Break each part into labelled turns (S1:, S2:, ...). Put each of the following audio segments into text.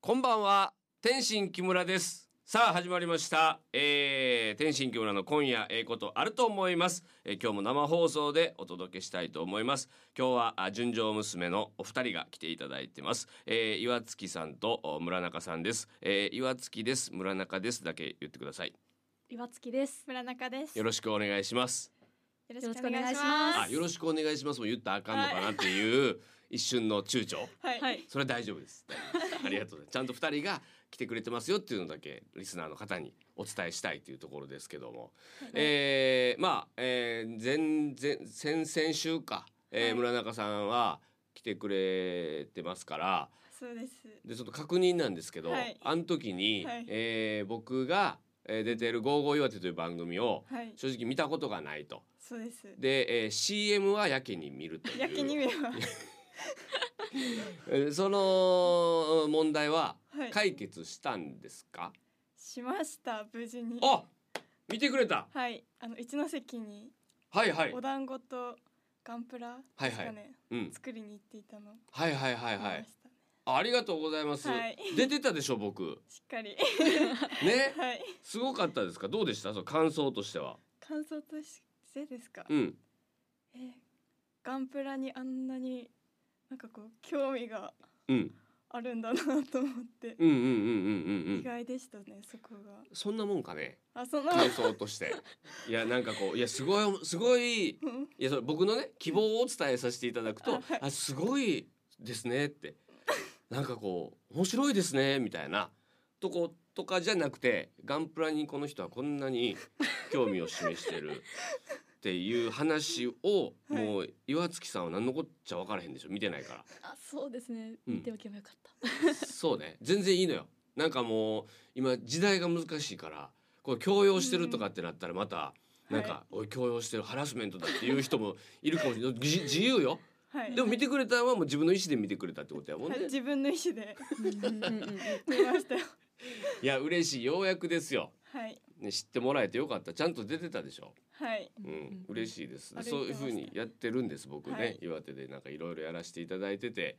S1: こんばんは天心木村ですさあ始まりました、えー、天心木村の今夜ええことあると思います、えー、今日も生放送でお届けしたいと思います今日はあ純情娘のお二人が来ていただいてます、えー、岩月さんとお村中さんです、えー、岩月です村中ですだけ言ってください
S2: 岩月です。
S3: 村中です。
S1: よろしくお願いします
S3: よ
S2: ろしくお願いします
S1: あよろしくお願いしますも言ったらあかんのかなっていう一瞬の躊躇
S3: はい。
S2: は
S3: はいい。
S1: それは大丈夫です。 ありがとうございます。ちゃんと二人が来てくれてますよっていうのだけリスナーの方にお伝えしたいというところですけども、えーまあ、えー前前先々週か、えー
S3: はい
S1: 村中さんは来てくれてますから、
S3: そうです。
S1: でちょっと確認なんですけど、
S3: はい
S1: あの時に、
S3: はい
S1: えー僕がえー出てる「ゴーゴー岩手」という番組を
S3: はい。
S1: 正直見たことがないと。
S3: そうです。
S1: で、えー CM はやけに見るという。
S3: 焼きに見えま
S1: えーその問題は
S3: はい
S1: 解決したんですか、
S3: す。しました。無事に。
S1: あ見てくれた
S3: はい。あの一ノ関に
S1: はいはい
S3: お団子とガンプラ
S1: はい
S3: ですかね、
S1: うん
S3: 作りに行っていたの。
S1: はいはいはいは
S3: 見ま
S1: い
S3: したね
S1: あありがとうございます、
S3: はい
S1: 出てたでしょ僕
S3: しっか り。
S1: ね
S3: はい。
S1: すごかったですかどうでしたその感想としては
S3: 感想としてですか。
S1: うん
S3: えーガンプラにあんなになんかこう興味が
S1: うん
S3: あるんだなと思って、
S1: うんうんうんうんうんう
S3: 意
S1: ん
S3: 外でしたね。そこが。
S1: そんなもんかね
S3: あ、そん な。
S1: 感想としていやなんかこういやすごいすごい
S3: うん
S1: いやそれ僕のね希望をお伝えさせていただくと
S3: あはい
S1: 「あすごいですね」ってなんかこう「面白いですね」みたいなとことかじゃなくてガンプラにこの人はこんなに興味を示してるっていう話を
S3: はい
S1: もう岩月さんは何のこっちゃ分からへんでしょ見てないか
S2: あ、そうですね。
S1: うん
S2: 見ておけばよかった。
S1: らそうね全然いいのよなんかもう今時代が難しいからこれ強要してるとかってなったらまたなん
S3: は
S1: か「おい強要してるハラスメントだ」っていう人もいるかもしれないじ自由よ
S3: はい。
S1: でも見てくれたのはもう自分の意思で見てくれたってことやもん
S3: は
S1: ね
S3: い。。自分の意思で
S2: うんうんうんうん
S3: 見ましたよ。
S1: いや嬉しいようやくですよ。
S3: はい。
S1: ね知ってもらえてよかった。ちゃんと出てたでしょ。
S3: はい。
S1: う
S2: うんん、
S1: 嬉しいです。
S3: 歩いて
S1: そういう風に
S3: ました
S1: やってるんです僕ね、
S3: はい
S1: 岩手でなんかいろいろやらせていただいてて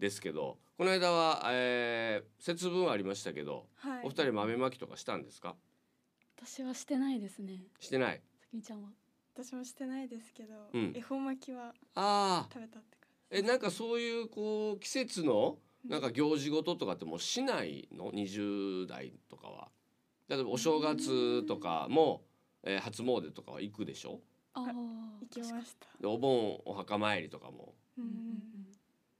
S1: ですけど、この間は、えー節分はありましたけど、
S3: はい。
S1: お二人豆まきとかしたんですか？
S2: 私はしてないですね。
S1: してない。
S2: さきみちゃんは。
S3: 私もしてないですけど、
S1: うん
S3: 恵方巻きは
S1: ああ、
S3: 食べたって感
S1: えなんかそういうこう季節のなんか行事ごととかってもうしないの20代とかは例えばお正月とかも、えー初詣とかは行くでしょ
S2: ああ、
S3: じ。行きました。
S1: でお盆お墓参りとかも
S3: う
S2: うんうんうん
S3: ん。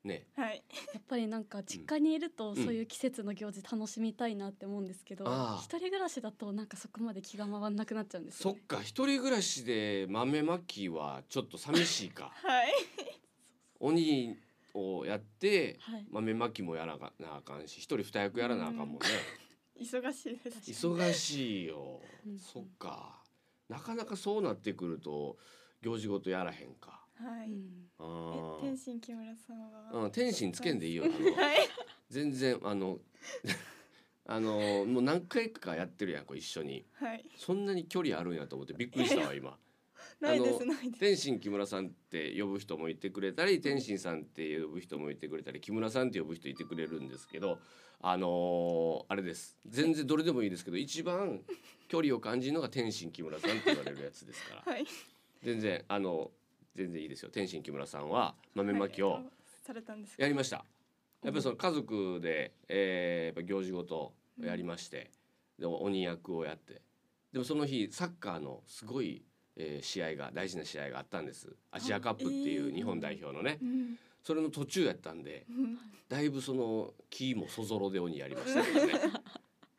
S1: ね
S3: はい。
S2: やっぱりなんか実家にいると
S1: ん
S2: そういう季節の行事楽しみたいなって思うんですけど、
S1: ああ
S2: 一人暮らしだとなんかそこまで気が回んなくなっちゃうんです
S1: そ
S2: よ、
S1: っ
S2: ね、
S1: か一人暮らしで豆まきはちょっと寂しいか
S3: はい。
S1: 鬼をやって
S2: はい
S1: 豆まきもやらなあかんし一人二役やらなあかんもんね
S3: 忙しいです。
S1: 忙しいよ
S2: うん
S1: そっかなかなかそうなってくると行事ごとやらへんか
S3: は
S2: う
S3: い。
S2: ん
S1: あ
S3: え、
S1: ー
S3: 天心木村さんは。
S1: うん、天心つけんでいいよ。あの
S3: はい。
S1: 全然あの あのもう何回かやってるやんこう一緒に。
S3: はい。
S1: そんなに距離あるんやと思ってびっくりしたわ 今。
S3: ないで
S1: あ
S3: す。ないです。
S1: 天心木村さんって呼ぶ人もいてくれたり天心さんって呼ぶ人もいてくれたり木村さんって呼ぶ人いてくれるんですけどあのーあれです全然どれでもいいですけど一番距離を感じるのが天心木村さんって言われるやつですから
S3: はい。
S1: 全然あの全然いいですよ天心木村さんは豆まきを
S3: はい。されたんですか。
S1: やりましたやっぱりその家族で、えーやっぱ行事ごとやりまして、で鬼役をやってでもその日サッカーのすごい、えー試合が大事な試合があったんですアジアカップってい
S3: え
S1: う
S3: ー
S1: 日本代表のね、
S3: うん。
S1: それの途中やったんで
S3: うん
S1: だいぶそのキーもそぞろで鬼やりましたけ どね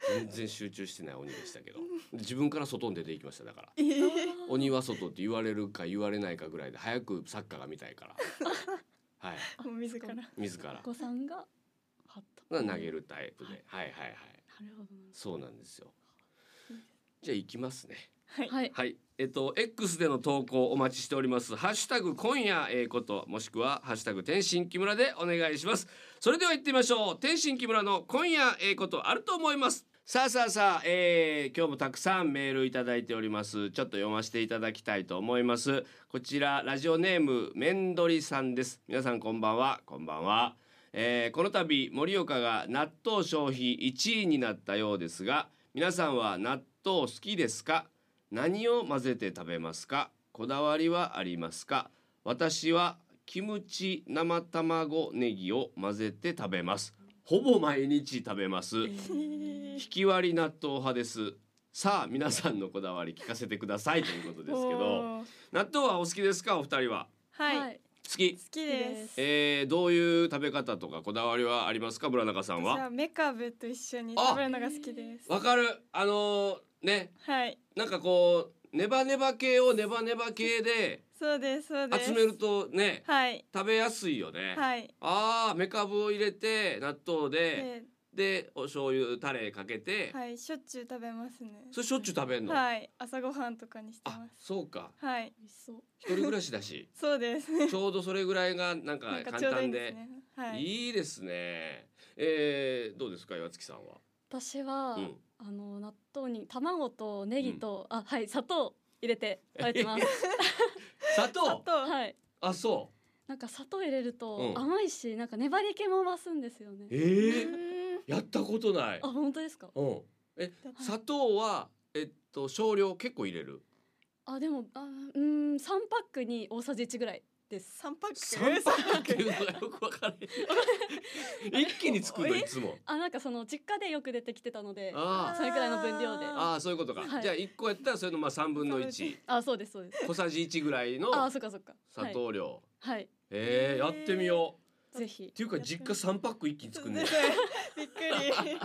S1: 全然集中してない鬼でしたけど自分から外に出ていきましただから
S3: えー
S1: 鬼は外って言われるか言われないかぐらいで早くサッカーが見たいから はい
S3: もう自ら。
S1: 自ら
S2: お子さんがは
S1: 投
S2: った
S1: げるタイプで、はい、はいはい
S2: なるほどな
S1: そうなんですよじゃあ行きますね
S3: はい。
S2: はい
S1: はいえっと X での投稿お待ちしておりますハッシュタグ今夜ええこともしくはハッシュタグ天心木村でお願いしますそれでは行ってみましょう天心木村の今夜ええことあると思いますさあさあさあ、えー今日もたくさんメールいただいておりますちょっと読ませていただきたいと思いますこちらラジオネームめんどりさんです皆さんこんばんはこんばんはえーこの度盛岡が納豆消費1位になったようですが皆さんは納豆好きですか何を混ぜて食べますかこだわりはありますか私はキムチ生卵ネギを混ぜて食べますほぼ毎日食べます
S3: ー
S1: 引き割り納豆派ですさあ皆さんのこだわり聞かせてくださいということですけど
S3: おー
S1: 納豆はお好きですかお二人は
S3: はい、
S2: はい
S1: 好き
S3: 好きです
S1: えー、どういう食べ方とかこだわりはありますか村中さん
S3: 私
S1: は
S3: はメカブと一緒に食べるのが好きです
S1: わかるあのーね
S3: はい
S1: なんかこうネバネバ系をネバネバ系で
S3: そうですそうです
S1: 集めるとね
S3: はい
S1: 食べやすいよね、
S3: はい
S1: あーめかぶを入れて納豆で、
S3: で
S1: でお醤油タレかけて、
S3: はいしょっちゅう食べますね
S1: それしょっちゅう食べんの、
S3: はい朝ごはんとかにして
S1: あ
S3: ます
S1: そうか
S3: はい
S2: 美味しそう
S1: 一人暮らしだし
S3: そうです
S1: ちょうどそれぐらいがなんか
S3: なんかちょ
S1: 簡単
S3: うどいいん
S1: で
S3: ですねはい
S1: いいですねえー、どうですか岩月さんは、
S2: 私は、
S1: うん
S2: あの納豆に卵とネギと、あはい砂糖入れて食べてます
S1: 砂糖
S3: 砂糖
S2: はい
S1: あそ
S2: なんか砂糖入れると
S1: うん
S2: 甘いし、なんか粘り気も増すんですよね
S1: うえ
S3: う
S1: ー、
S3: ーん
S1: やったことない
S2: あ本当ですか
S1: うんえ
S3: はい
S1: 砂糖はえっと少量結構入れる
S2: あでもあうーん三パックに大さじ一ぐらいです
S3: 三パック
S1: 三パックっていうのがよくわからない一気に作るのいつも
S2: あなんかその実家でよく出てきてたので
S1: あ
S2: それくらいの分量で
S1: あああそういうことか、
S2: はい
S1: じゃあ一個やったらそれのまあ三分の一
S2: あそうですそうです
S1: 小さじ一ぐらいの
S2: あそっかそっか
S1: 砂糖量、
S2: はい、はい、
S1: えー、やってみよう
S2: ぜひ
S1: っていうか実家三パック一気に作るの
S3: ねびっく り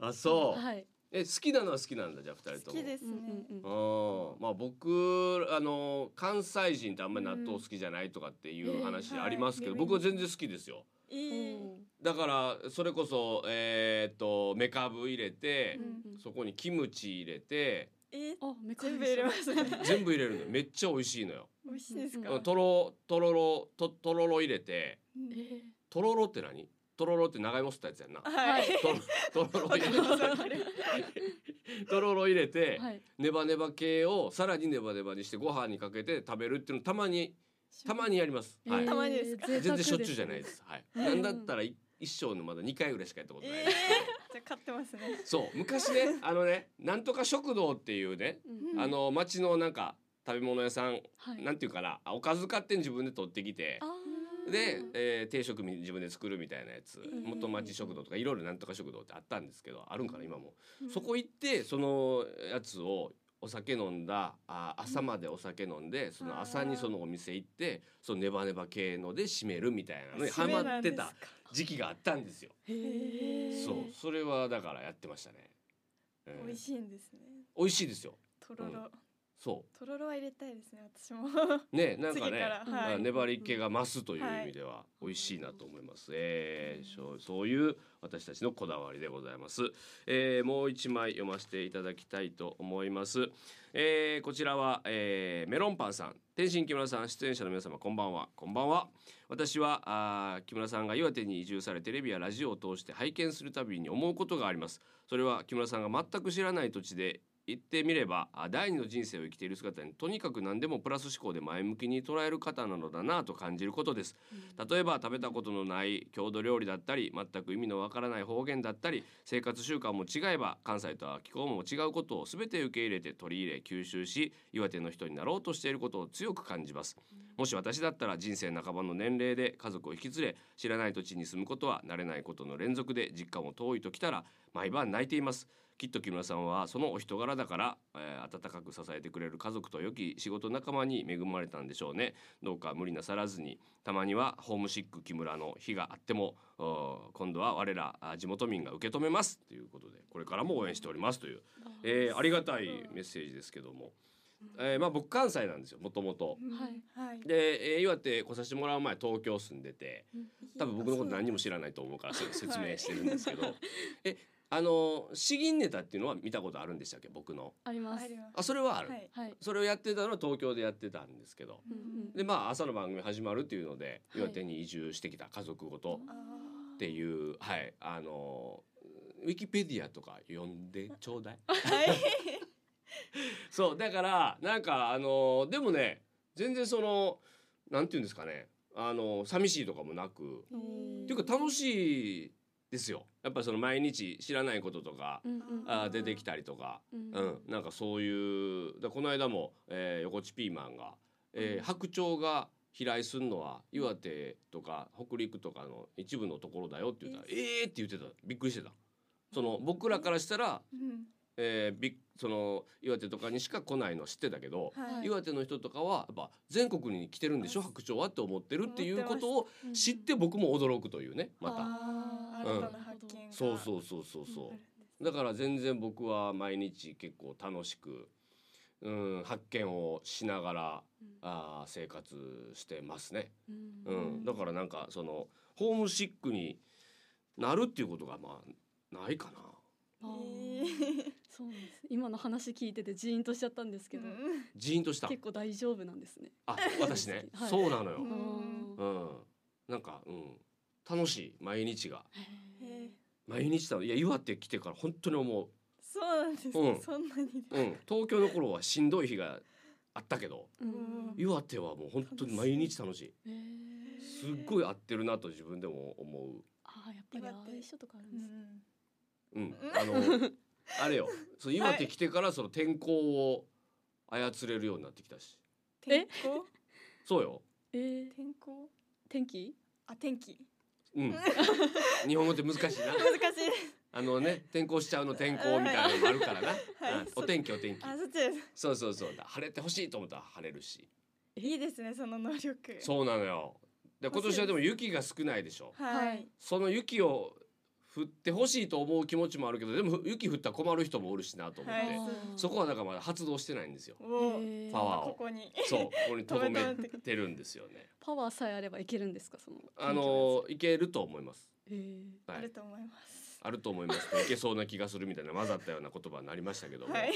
S1: あそう、
S2: はい
S1: え好きなのは好きなんだじゃあ二人
S3: 好
S1: とも
S3: きです
S2: うん
S3: ね
S2: うんうん
S1: あまあ僕あの関西人ってあんまり納豆好きじゃないとかっていう話ありますけど、
S3: うんはい
S1: 僕は全然好きですよ
S3: いい
S1: だからそれこそえーっとめかぶ入れて、
S2: うん
S1: そこにキムチ入れて
S3: え
S2: あめかぶ
S3: 全部入れますね
S1: 全部入れるのめっちゃ美味しいのよ
S3: 美味しいです
S2: う
S3: か
S2: ん
S1: とろとろろととろろ入れて
S2: えー
S1: とろろって何とろろって長芋吸ったやつやんな
S3: はい
S1: ととろろ入れてとろろ入れて、
S2: はい
S1: ネバネバ系をさらにネバネバにしてご飯にかけて食べるっていうのたまにたまにやります、はい
S2: えー
S3: たまにですか
S2: 贅
S1: 全
S2: 沢
S1: 然しょっちゅうじゃないですす。はい。
S2: うん
S1: なんだったらい一生のまだ二回ぐらいしかやったことない
S3: え
S1: です。
S3: ーじゃあ買ってますね
S1: そう昔ねあのねなんとか食堂っていうね
S2: ね、
S3: うん
S1: あの町のなんか食べ物屋さん
S2: はい
S1: なんていうかなあおかず買って自分で取ってきて
S2: あー
S1: で、えー定食み自分で作るみたいなやつ
S3: ー
S1: 元町食堂とかいろいろなんとか食堂ってあったんですけどあるんかな今もそ
S3: うん
S1: こ行ってそのやつをお酒飲んだあ朝までお酒飲んでその朝にそのお店行ってそのネバネバ系ので締めるみたいなのにハ
S3: 締め
S1: マ
S3: な
S1: っ
S3: ん
S1: て
S3: ですか
S1: た時期があったんですよ。
S2: へー
S1: そう
S3: へー
S1: それはだからやってましたね。えー
S3: 美味しいんですね
S1: 美味しいですよ。
S3: とろろ
S1: そ
S3: とろろは入れたいですね私も
S1: うねなんか
S3: 次か
S1: ね。
S3: らは
S1: あ
S3: い
S1: 粘り気が増すという意味では美味しいなと思います、えーそうそういう私たちのこだわりでございます、えーもう一枚読ませていただきたいと思います、えーこちらは、えーメロンパンさん天心木村さん出演者の皆様こんばんはこんばんは私はあー木村さんが岩手に移住されテレビやラジオを通して拝見するたびに思うことがありますそれは木村さんが全く知らない土地で言ってみればあ第二の人生を生きている姿にとにかく何でもプラス思考で前向きに捉える方なのだなと感じることです例えば食べたことのない郷土料理だったり全く意味のわからない方言だったり生活習慣も違えば関西とは気候も違うことを全て受け入れて取り入れ吸収し岩手の人になろうとしていることを強く感じますもし私だったら人生半ばの年齢で家族を引き連れ知らない土地に住むことは慣れないことの連続で実家も遠いときたら毎晩泣いていますきっと木村さんはそのお人柄だから、えー温かく支えてくれる家族と良き仕事仲間に恵まれたんでしょうねどうか無理なさらずにたまにはホームシック木村の日があってもおー今度は我らあ地元民が受け止めますということでこれからも応援しておりますという、えーありがたいメッセージですけども、えーまあ僕関西なんですよもともと。
S2: はい
S3: はい
S1: で、えー岩手来させてもらう前東京住んでて多分僕のこと何にも知
S3: ら
S1: らないと思うからそれ説明してるんですけど、えあの詩吟ネタっていうのは見たことあるんでしたっけ僕の
S2: あります
S1: あそれはある、
S3: はい
S2: はい
S1: それをやってたのは東京でやってたんですけど
S2: うんうん
S1: でまあ朝の番組始まるっていうので
S2: はい
S1: 岩手に移住してきた家族ごと
S3: あー
S1: っていうはい、あのウィキペディアとか読んでちょうだい
S3: はい
S1: そうだからなんかあのでもね全然そのなんていうんですかねあの寂しいとかもなく
S2: うん
S3: う
S1: っ
S3: ん
S1: ていうか楽しいですよやっぱりその毎日知らないこととか、
S2: うんうん
S1: あー出てきたりとか、
S2: うん
S1: うん、なんかそういうだこの間も、えー、横地ピーマンが、えー
S2: うん
S1: 白鳥が飛来するのは岩手とか北陸とかの一部のところだよって言ったら「えー!」って言ってたびっくりしてた。その僕らからしたら、
S3: うん
S1: えーびっその岩手とかにしか来ないの知ってたけど、
S3: はい
S1: 岩手の人とかはやっぱ全国に来てるんでしょ白鳥はって思ってるっていうことを
S2: うん
S1: 知って僕も驚くというねまた。
S3: あ
S1: うん
S3: ー新たな発見が
S1: そう
S3: う
S1: そうそうそうそう。
S3: ん
S1: だから全然僕は毎日結構楽しく、うん、発見をしながら
S2: うん
S1: あー生活してますね、
S2: うん
S1: うん
S3: うん
S1: だからなんかそのホームシックになるっていうことがまあないかな。
S2: あー
S3: ええ
S2: そうなんです今の話聞いててジーンとしちゃったんですけど、
S3: うん
S1: ジーンとした
S2: 結構大丈夫なんですね。
S1: あ私ね、
S2: はい
S1: そうなのよ
S3: う、ん
S1: うん、なんか、うん、楽しい毎日が
S2: へー
S1: 毎日だいや岩手来てから本当に思
S3: そうなんですね、
S1: うん
S3: そんなに
S1: う、うん、東京の頃はしんどい日があったけど
S2: う
S3: うん
S2: ん
S1: 岩手はもう本当に毎日楽しい。
S2: へー
S1: すっごい合ってるなと自分でも思
S2: あーやっぱり
S3: 岩手
S2: 相性とかあるん
S3: う
S2: ですね。
S3: ん
S1: う。うん、あの あれよ、その岩手来てからその天候を操れるようになってきたし、
S3: 天候
S1: そうよ。
S2: えー、
S3: 天候
S2: 天気？
S3: あ天気
S1: うん、日本語って難しいな。
S3: 難しいです
S1: あのね、転校しちゃうの転校みたいなのもある からな。
S3: はい
S1: うんお天気お天気。
S3: あそっちです
S1: そうそうそう。晴れてほしいと思ったら晴れるし。
S3: いいですねその能力
S1: そうなのよ。で今年はでも雪が少ないでしょ。
S3: はい、
S2: はい
S1: その雪を降ってほしいと思う気持ちもあるけど、でも雪降ったら困る人もおるしなと思って。
S3: はい
S1: そこはだからまだ発動してないんです よ。
S3: お
S2: パ
S3: ー
S1: パ
S2: ワー
S1: ワーを
S3: ここに
S1: そう、ここにとどめ
S3: 止め
S1: てるんですよね。
S2: パワーさえあればいけるんですかその。
S1: あのいけると思います。
S2: 天気の
S1: は
S2: やつ。
S3: ある
S1: い、
S3: と思います
S1: あると思います。いけそうな気がするみたいな混ざったような言葉になりましたけども、
S3: はい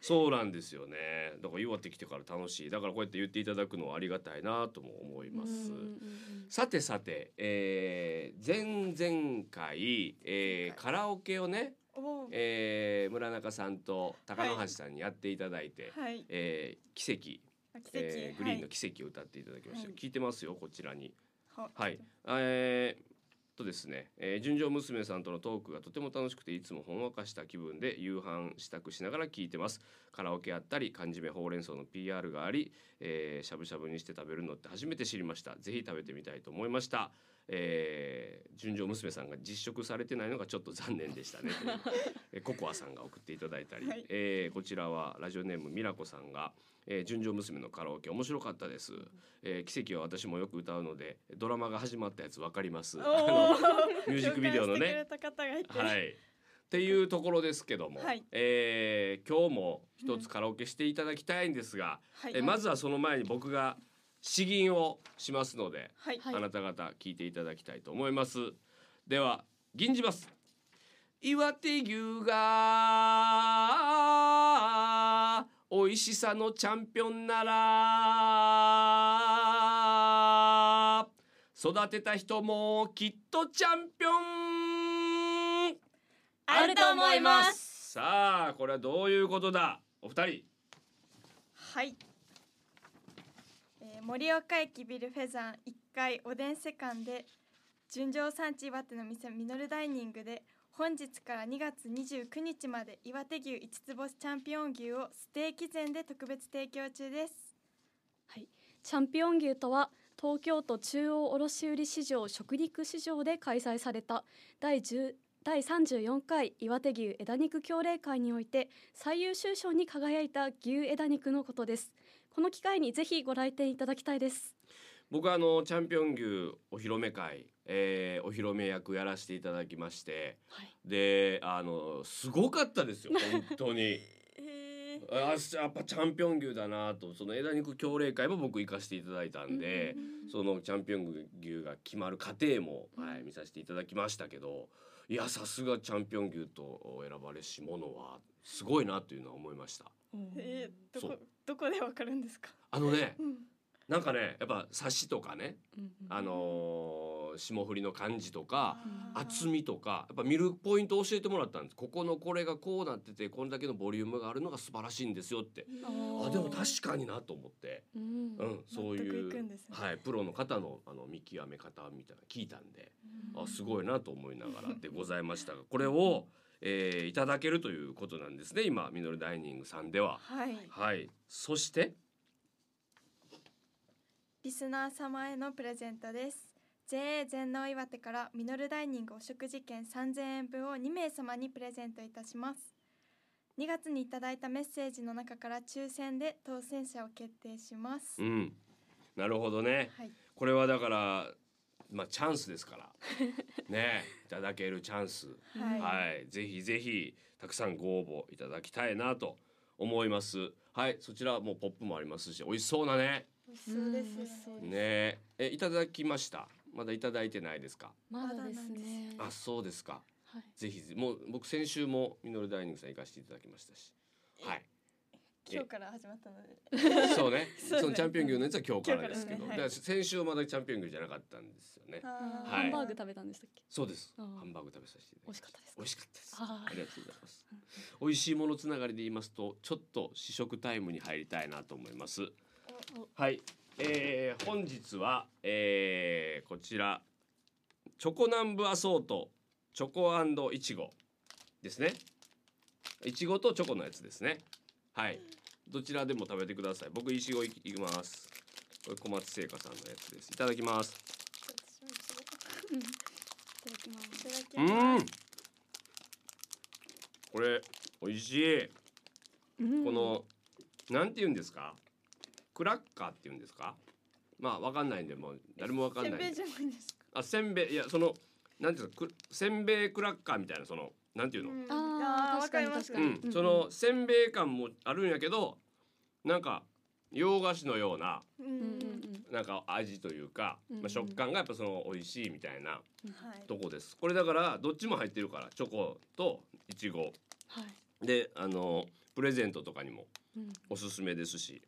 S1: そうなんですよね。だから岩手来てから楽しい。だからこうやって言っていただくのはありがたいなとも思い
S2: へー
S1: ます
S2: うん。うんうん
S1: さてさて、えー、前々回、えー、カラオケをね、
S3: おー
S1: えー、村中さんと高野橋さんにやっていただいて、
S3: はい
S1: えー奇跡
S3: あ奇跡、
S1: えーグリーンの奇跡を歌っていただきました。
S3: はい
S1: 聞いてますよこちらに。
S3: はい
S1: はい、えー、とですね、えー、純情娘さんとのトークがとても楽しくていつもほんわかした気分で夕飯支度しながら聞いてますカラオケあったり缶詰ほうれん草の PR があり、えー、しゃぶしゃぶにして食べるのって初めて知りましたぜひ食べてみたいと思いました、えー、純情娘さんが実食されてないのがちょっと残念でした ねというえーココアさんが送っていただいたり、
S3: はい
S1: えーこちらはラジオネームミラコさんが、えー、純情娘のカラオケ面白かったです、えー、奇跡は私もよく歌うのでドラマが始まったやつわかります
S3: お
S1: あ
S3: ー
S1: のミュージックビデオの
S3: 共
S1: ね
S3: 感してくれた方がいて、
S1: はいっていうところですけども、
S3: はい
S1: えー今日も一つカラオケしていただきたいんですが、
S3: はい
S1: えーまずはその前に僕が詩吟をしますので、
S3: はい
S2: はい
S1: あなた方聞いていただきたいと思いますでは銀じます岩手牛が美味しさのチャンピオンなら育てた人もきっとチャンピオン
S3: あると思います
S1: さあこれはどういうことだお二人
S3: はい、えー、盛岡駅ビルフェザン1階おでんセカンで純情産地岩手の店ミノルダイニングで本日から2月29日まで岩手牛一つ星チャンピオン牛をステーキ膳で特別提供中です
S2: チャンピオン牛とは東京都中央卸売市場食肉市場で開催された第10第34回岩手牛枝肉協例会において最優秀賞に輝いた牛枝肉のことですこの機会にぜひご来店いただきたいです
S1: 僕はあのチャンピオン牛お披露目会、えーお披露目役やらせていただきまして
S2: はい、
S1: であのすごかったですよ本当 に
S3: へえ
S1: あやっぱチャンピオン牛だなとその枝肉協例会も僕行かせていただいたんで、そのチャンピオン牛が決まる過程も、はい、見させていただきましたけどいやさすがチャンピオン牛と選ばれし者はすごいなというのは思いました。
S3: えー、ど
S1: そ
S3: こ
S1: う
S3: どこでわかるんですか
S1: あのね
S3: うん
S1: なんかねやっぱサシとかね
S2: うんうん
S1: あのー霜降りの感じとか
S2: あ
S1: 厚みとかやっぱ見るポイントを教えてもらったんですここのこれがこうなっててこんだけのボリュームがあるのが素晴らしいんですよって
S2: お
S1: あ
S2: ー
S1: でも確かになと思って、
S2: うん
S1: うん、そうい
S3: 納得いくん
S1: う、
S3: ですね
S1: はい、プロの方のあの見極め方みたいなの聞いたんであすごいなと思いながらでございましたがこれを、えーいただけるということなんですね今ミノルダイニングさんでは。
S3: はい
S1: はい、そして
S3: リスナー様へのプレゼントです。JA 全農岩手からミノルダイニングお食事券3000円分を2名様にプレゼントいたします。2月にいただいたメッセージの中から抽選で当選者を決定します。
S1: うんなるほどね
S3: はい、
S1: これはだから、まあ、チャンスです からねいただけるチャンス、
S3: はい、
S1: はい、ぜひぜひたくさんご応募いただきたいなと思いますはいそちらもうポップもありますし美味しそうなね
S3: 美味しそうですよ
S2: うん
S3: ね
S2: 美味し
S1: ねえいただきましたまだいただいてないですか
S2: まだですね。
S1: あそうですか
S2: はい。
S1: ぜひぜもう僕先週もミノルダイニングさん行かせていただきましたしはい
S3: 今日から始まったので、
S1: そうね。
S3: そうね
S1: そのチャンピオン牛のやつは今日からですけど、
S3: 今日
S1: だ
S3: からですねはい
S1: から先週はまだチャンピオン牛じゃなかったんですよね。
S3: あ
S1: はい
S2: ハンバーグ食べたんでしたっけ？
S1: そうです。
S2: あ
S1: ハ
S2: ー
S1: ンバーグ食べさせていただきまし
S2: 美味し
S1: た
S2: かったです
S1: 美。味しかったです。
S2: あ
S1: あ
S2: ー
S1: りがとうございます。美味しいものつながりで言いますと、ちょっと試食タイムに入りたいなと思います。はい。えー、本日は、えー、こちらチョコ南部アソートチョコいちごですね。いちごとチョコのやつですね。はい。どちらでも食べてください。僕いちごいきいきます。これ小松製菓さんのやつです。いただきます。
S2: うんいただきます。
S3: いただき
S1: う
S3: ま
S1: ん
S3: す。。
S1: これ美味しい。
S2: うん
S1: この、なんて言うんですかクラッカーって言うんですかまあわかんないんでもう誰もわかんないん
S3: せんべい
S1: で
S3: じゃないですか。
S1: あせんべいいやそのなんていうのくせんべいクラッカーみたいなそのなんていうの
S3: うん
S2: あー
S3: ー
S2: 確かに確か
S1: う
S2: に
S1: ん、そのせんべい感もあるんやけどなんか洋菓子のような
S3: うん
S2: うんうん
S1: なんか味というか、
S2: うん
S1: まあ、食感がやっぱその美味しいみたいな
S2: うん。は
S3: はい。
S1: とこですこれだからどっちも入ってるからチョコといちご
S2: い。
S1: であのプレゼントとかにも
S2: うん
S1: おすすめですし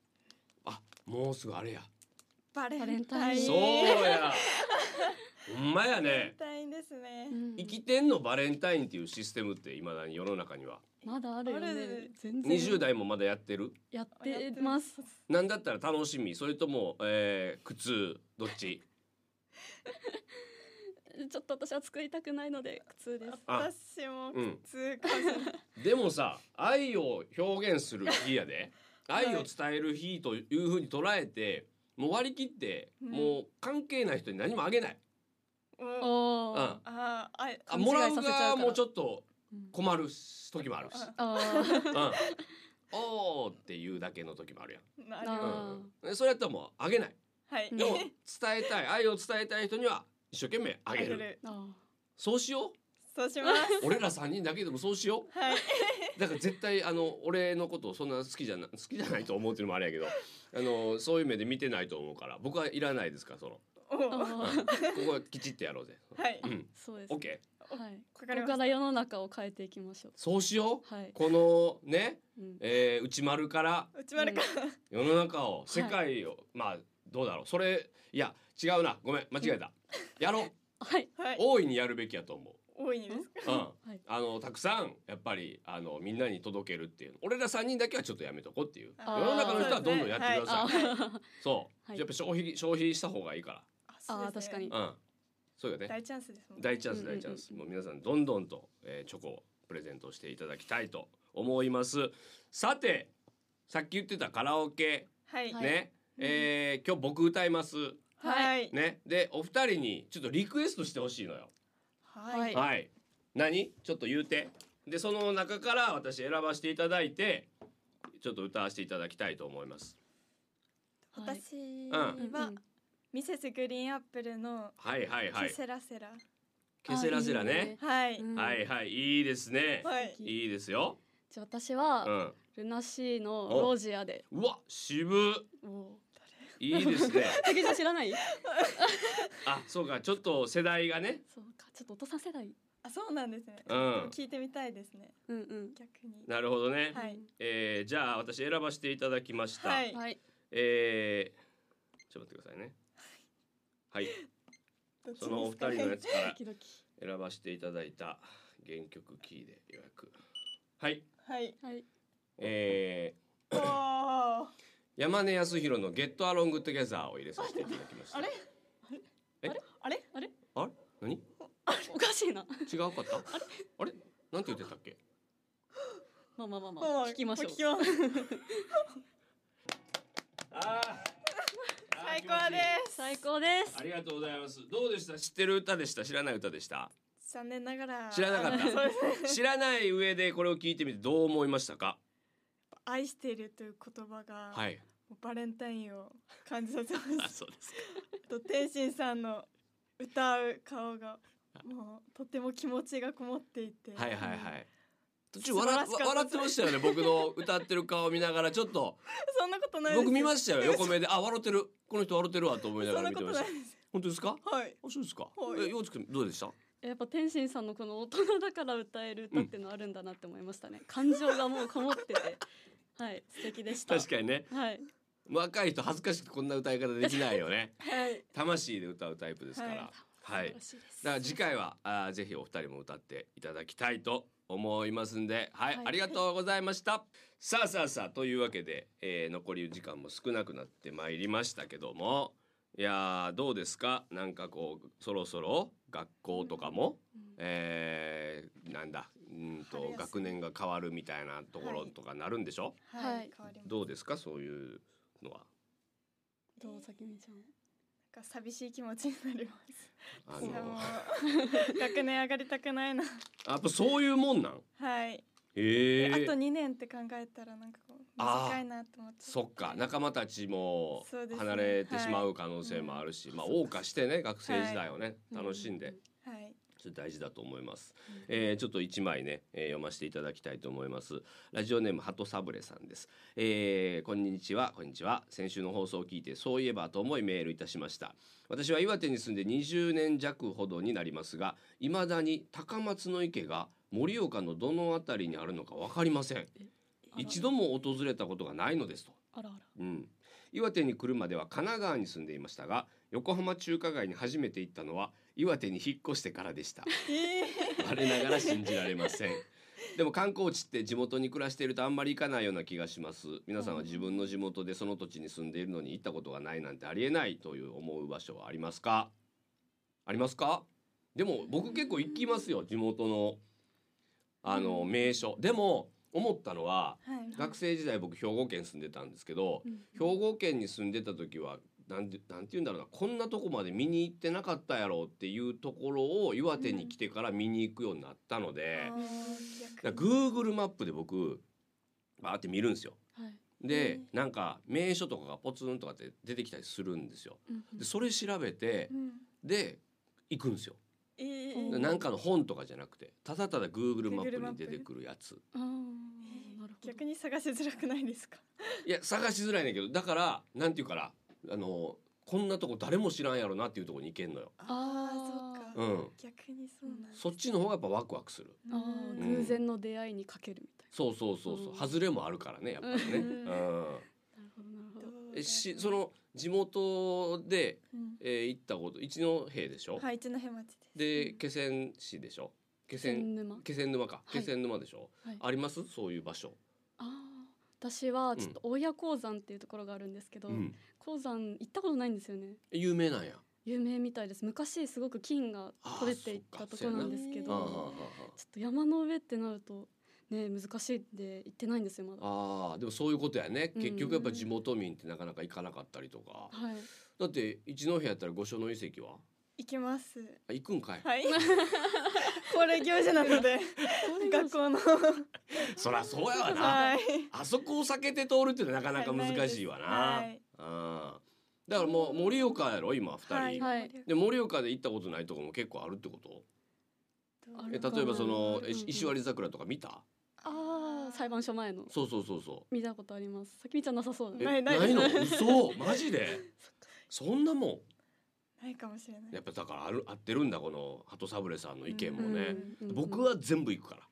S1: あもうすぐあれや
S3: バレ
S2: バレ
S3: ン
S2: ン
S3: タ
S2: タ
S3: イ
S2: イ
S3: ン。
S2: ン
S1: そうや。 ほんまや
S3: バレン
S1: ね。
S3: タインですね。
S2: うん
S1: 生きてんのバレンタインっていうシステムっていまだに世の中には
S2: まだあるよ
S3: あ
S2: ね
S3: る。
S2: 全然。
S1: 20代もまだやってる
S2: やってます。
S1: なんだったら楽しみそれとも、えー、苦痛どっち
S2: ちょっと私は作りたくないので苦痛です。
S1: あ
S3: 私も
S1: うん
S3: 通過する。
S1: でもさ愛を表現する日や で愛を伝える日というふうに捉えてもう割り切って、
S3: うん
S1: もう関係ない人に何もあげない、
S3: お
S2: お
S1: うん、あ
S2: ー
S3: あーあ
S2: 勘違い
S1: もらう
S2: させちゃうから
S1: 側もちょっと
S2: うん
S1: 困る時もあるし、
S2: あー。
S1: うん、おーっていうだけの時もあるやん
S3: な
S2: な
S3: る
S2: あ
S1: うん、それやったらもうあげない
S3: はい。
S2: うん
S1: でも伝えたい愛を伝えたい人には一生懸命あげる
S2: あ
S1: そうしよ
S3: そうします。
S1: う俺ら3人だけでもそうしよ
S3: はい。
S1: うだから絶対あの俺のことをそんな好きじゃな好きじゃないと思うっていうのもあれやけどあのそういう目で見てないと思うから僕はいらないですからその
S3: お
S2: ー。
S3: は
S2: あ
S1: こ
S2: ー
S1: こはきちってやろうぜ
S3: い。
S1: うん
S2: そうです。
S1: オッケー
S2: はい。
S3: わ
S2: こ
S3: かり
S2: れ
S3: まし
S2: か
S3: た。
S2: ら世の中を変えていきましょう。
S1: そうしよう
S2: はい。
S1: このね、
S2: うん
S1: えー内丸から
S3: 内丸か。
S1: 世の中を
S2: い
S1: 世界を、まあどうだろうそれいや違うなごめん間違えたやろう
S2: はい。
S3: はい。
S1: 大いにやるべきやと思
S3: 多いんです
S1: ううん
S2: はい。
S1: あのたくさんやっぱりあのみんなに届けるっていう俺ら3人だけはちょっとやめとこうっていう世
S3: あ
S2: ー
S1: の中の人はどんどんやってください
S2: あ
S1: そう,、
S2: ーはい
S1: やっぱ消費消費した方がいいか
S2: あー確か。
S3: そうですね
S2: に。
S1: らうんそうよね
S3: 大チャンスですもんね。
S1: 大チャン
S2: う
S1: ス
S2: ん
S1: 大
S2: うんうん
S1: チャンス、もう皆さんどんどんと、えーチョコをプレゼントしていただきたいと思いますさてさっき言ってたカラオケ
S3: はい。
S2: は
S1: ね、えー今日僕歌います
S3: はい。
S1: ねでお二人にちょっとリクエストしてほしいのよ
S3: は。
S2: はいい
S1: はい。何？ちょっと言うて。でその中から私選ばせていただいて、ちょっと歌わせていただきたいと思います。
S2: はい
S3: 私
S1: うん
S3: はミセスグリーンアップルの
S1: はいはいは
S3: ケ
S1: い。
S3: セラセラ。
S1: ケセラセラ
S2: あい
S1: ね
S2: いね。
S3: はい。
S2: うん
S1: はいはいいいですね。
S3: はい。
S1: いいですよ。
S2: じゃあ私
S1: う
S2: は
S1: ん。
S2: ルナシーのロジアで。
S1: うわ渋。
S2: お
S1: いいですね。
S2: ー。竹ちゃん知らない？
S1: あそうかちょっと世代がね。
S2: そうか。ちょっとお父さん世代。
S3: あ、そうなんですね。
S1: うん。
S3: 聞いてみたいですね。
S2: うんうん。
S3: 逆に。
S1: なるほどね。
S3: はい。
S1: えーじゃあ私選ばせていただきました。
S3: はい
S2: はい。
S1: えーちょっと待ってくださいねはい
S3: どっち
S1: そのお二
S3: ですかね
S1: 人のやつから
S2: ドキドキ
S1: 選ばせていただいた原曲キーで予約はい
S3: はい。
S2: はい
S1: えー
S3: おー
S1: 山根康弘の「ゲットアロングトゥゲザーを入れさせていただきました
S3: あれあれ
S1: あれ何違
S2: おかしいな
S1: うかったあれなんて言ってたっけ
S2: まあまあまあま
S3: もう
S2: あ聞きましょう
S3: 聞きます
S1: あー
S3: 最高です。
S2: 最高です
S1: ありがとうございますどうでした知ってる歌でした知らない歌で した
S3: 残念ながら
S1: 知らなかった
S3: そうです
S1: 知らない上でこれを聞いてみてどう思いましたか
S3: 愛しているという言葉が、
S1: はい
S3: もうバレンタインを感じさせま
S1: あ
S3: す。
S1: そうですか
S3: あと天心さんの歌う顔がもうとても気持ちがこもっていて、
S1: はいはいはい途中
S3: 素晴
S1: 笑
S3: ら
S1: っ
S3: しかった
S1: 笑ってましたよね僕の歌ってる顔見ながらちょっと
S3: そんなことないです。
S1: 僕見ましたよ横目であ笑ってるこの人笑ってるわと思いな
S3: そ
S1: がら
S3: んな
S1: 見
S3: こ
S1: て
S3: と
S1: ま
S3: な
S1: し
S3: い
S1: た
S3: です。
S1: 本当ですか
S3: はい。
S1: あそうですか
S3: はい
S1: え、ようつくんどうでした
S2: やっぱ天心さんのこの大人だから歌える歌ってのあるんだなって思いましたね、感情がもうこもっててはい素敵でした
S1: 確かにね
S2: にはい
S1: 若い人恥ずかしくてこんな歌い方できないよ ね
S3: はい。
S1: 魂で歌うタイプですから
S3: はい
S1: はい、
S2: 素晴らしいです
S1: だから次回はあーぜひお二人も歌っていただきたいと思いますんではい、
S2: はい
S1: ありがとうございましたさあさあさあというわけで、えー残り時間も少なくなってまいりましたけどもいやーどうですかなんかこうそろそろ学校とかも、
S2: うん
S1: えーなんだうん
S3: 春休
S1: と
S3: み
S1: 学年が変わるみたいなところとかなるんでしょ、
S3: はい。
S2: はい
S3: 変わります。
S1: どうですかそういうのは
S2: どうさきみちゃん
S3: なんか寂しい気持ちになりま
S1: あ
S3: す。いやも
S1: の
S3: う学年上がりたくないな。
S1: やっぱそういうもんなん
S3: はい。
S1: ええ
S3: あと2年って考えたらなんかこう
S1: あー
S3: 短いなと思って
S1: そっか仲間たちも
S3: そうですね
S1: 離れてしまう可能性もあるし、まあ謳歌してね学生時代をね、
S2: はい
S1: 楽しんで、
S3: はい
S1: ちょっと大事だと思います、
S2: うん
S1: えーちょっと一枚ね、えー読ませていただきたいと思いますラジオネームハトサブレさんです、えーこんにちはこんにちは先週の放送を聞いてそういえばと思いメールいたしました私は岩手に住んで20年弱ほどになりますが未だに高松の池が盛岡のどのあたりにあるのかわかりません
S2: あら
S1: 一度も訪れたことがないのですと
S2: あらあら
S1: うん、岩手に来るまでは神奈川に住んでいましたが横浜中華街に初めて行ったのは岩手に引っ越してからでした
S3: え
S1: 我ながら信じられませんでも観光地って地元に暮らしているとあんまり行かないような気がします皆さんは自分の地元でその土地に住んでいるのに行ったことがないなんてありえないという思う場所はありますかありますかでも僕結構行きますよ地元のあの名所でも思ったのは
S3: ー、はい
S1: 学生時代僕兵庫県住んでたんですけど、兵庫県に住んでた時はなんてなんて言うんだろうなこんなとこまで見に行ってなかったやろうっていうところを岩手に来てから見に行くようになったので、
S3: あー
S1: だ
S3: 逆
S1: から Google マップで僕バーって見るんですよ。
S2: はい
S1: で、なんか名所とかがポツンとかって出てきたりするんですよ。
S2: うんうん
S1: でそれ調べて
S3: うん
S1: で行くんですよ。
S3: えー
S2: う
S1: でなんかの本とかじゃなくてただただ Google マップに出てくるやつ。
S2: あーなるほど
S3: 逆に探しづらくないですか
S1: いや探しづらいねんけどだからなんていうからあのこんなとこ誰も知らんやろなっていうとこに行けんのよ。
S2: あー
S1: う
S3: ーそっか、
S1: ん
S3: 逆にそうなん
S1: そっちの方がやっぱワクワクする。
S2: あ
S3: う
S2: ー
S1: ん
S3: ん
S2: 偶然の出会いにかけるみたい
S1: そうそうそうそうう。
S2: ん
S1: 外れもあるからね、やっぱりね。
S3: う
S2: ななるほどなるほど
S1: うん。
S3: どう
S1: え、し、その地元で、
S3: うん
S1: えー行ったこと、一戸でしょ。
S3: はい一戸町です
S1: で、気仙市でしょ。気仙、
S2: 天沼
S1: 気仙沼か、
S2: はい
S1: 気仙沼でしょ。
S2: はい
S1: あります、そういう場所。
S2: ああ私はちょっと大谷鉱山っていうところがあるんですけど、
S1: うん。
S2: 鉱山行ったことないんですよね
S1: 有名なんや。
S2: 有名みたいです昔すごく金が取れていっ
S1: あーそ
S2: た
S1: っか
S2: ところなんですけ
S1: あ
S2: ど
S1: ー
S3: うん
S1: は
S2: ち
S1: ー
S2: ょ
S1: は
S2: っと山の上ってなるとね難しいんで行ってないんですよま
S1: ー
S2: だ
S1: はーあー、でもそういうことやね。
S2: うん
S1: 結局やっぱ地元民ってなかなか行かなかったりとか。
S2: はい
S1: だって、一戸やったら、御所の遺跡は。
S3: 行きます
S1: あ行くんかい。
S3: はい恒例行事なので学校の
S1: そらそうやわな。
S3: はい
S1: あそこを避けて通るってのはなかなか難しいわな。
S3: はい
S1: ああ、だからもう盛岡やろ今二人、
S3: はい、
S2: はい
S1: で盛岡で行ったことないとこも結構あるってこと
S2: あ
S1: え
S2: るかな
S1: 例えばそのえ
S2: うんうん
S1: 石割桜とか見た
S2: ああ裁判所前の
S1: そうそうそうそ
S2: 見たことありますさきみちゃんなさそう
S1: う
S2: だ
S1: え
S2: ね
S3: ないない
S1: の嘘マジでそんなも
S3: ないかもしれない
S1: んやっぱだからある合ってるんだこの鳩サブレさんの意見もね、
S2: うんうん
S1: 僕は全部行くから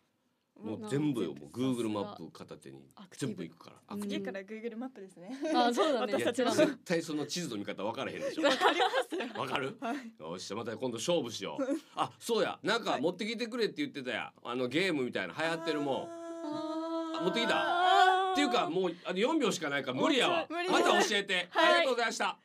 S1: も
S2: な
S1: うん全部よもう
S2: さすが
S1: Google マップ片手に
S2: アクティ
S1: 全
S2: ブ
S1: 部行くからア
S2: うん
S1: クティ
S3: 次から Google マップですね。
S2: あそうだね
S1: ブいや
S3: 私たちも
S2: こちら
S1: 絶対その地図の見方分からへんでしょ
S3: わかります。
S1: わかる
S3: はい。
S1: よっしゃまた今度勝負しようあそうやなんか持ってきてくれって言ってたやあのゲームみたいな流行ってるもん
S2: あ
S1: ー持ってきた
S3: た
S1: っていうかもうあの4秒しかないから無理やわ
S2: 無理
S1: また教えて、
S3: は
S1: あ
S3: い
S1: りがとうございました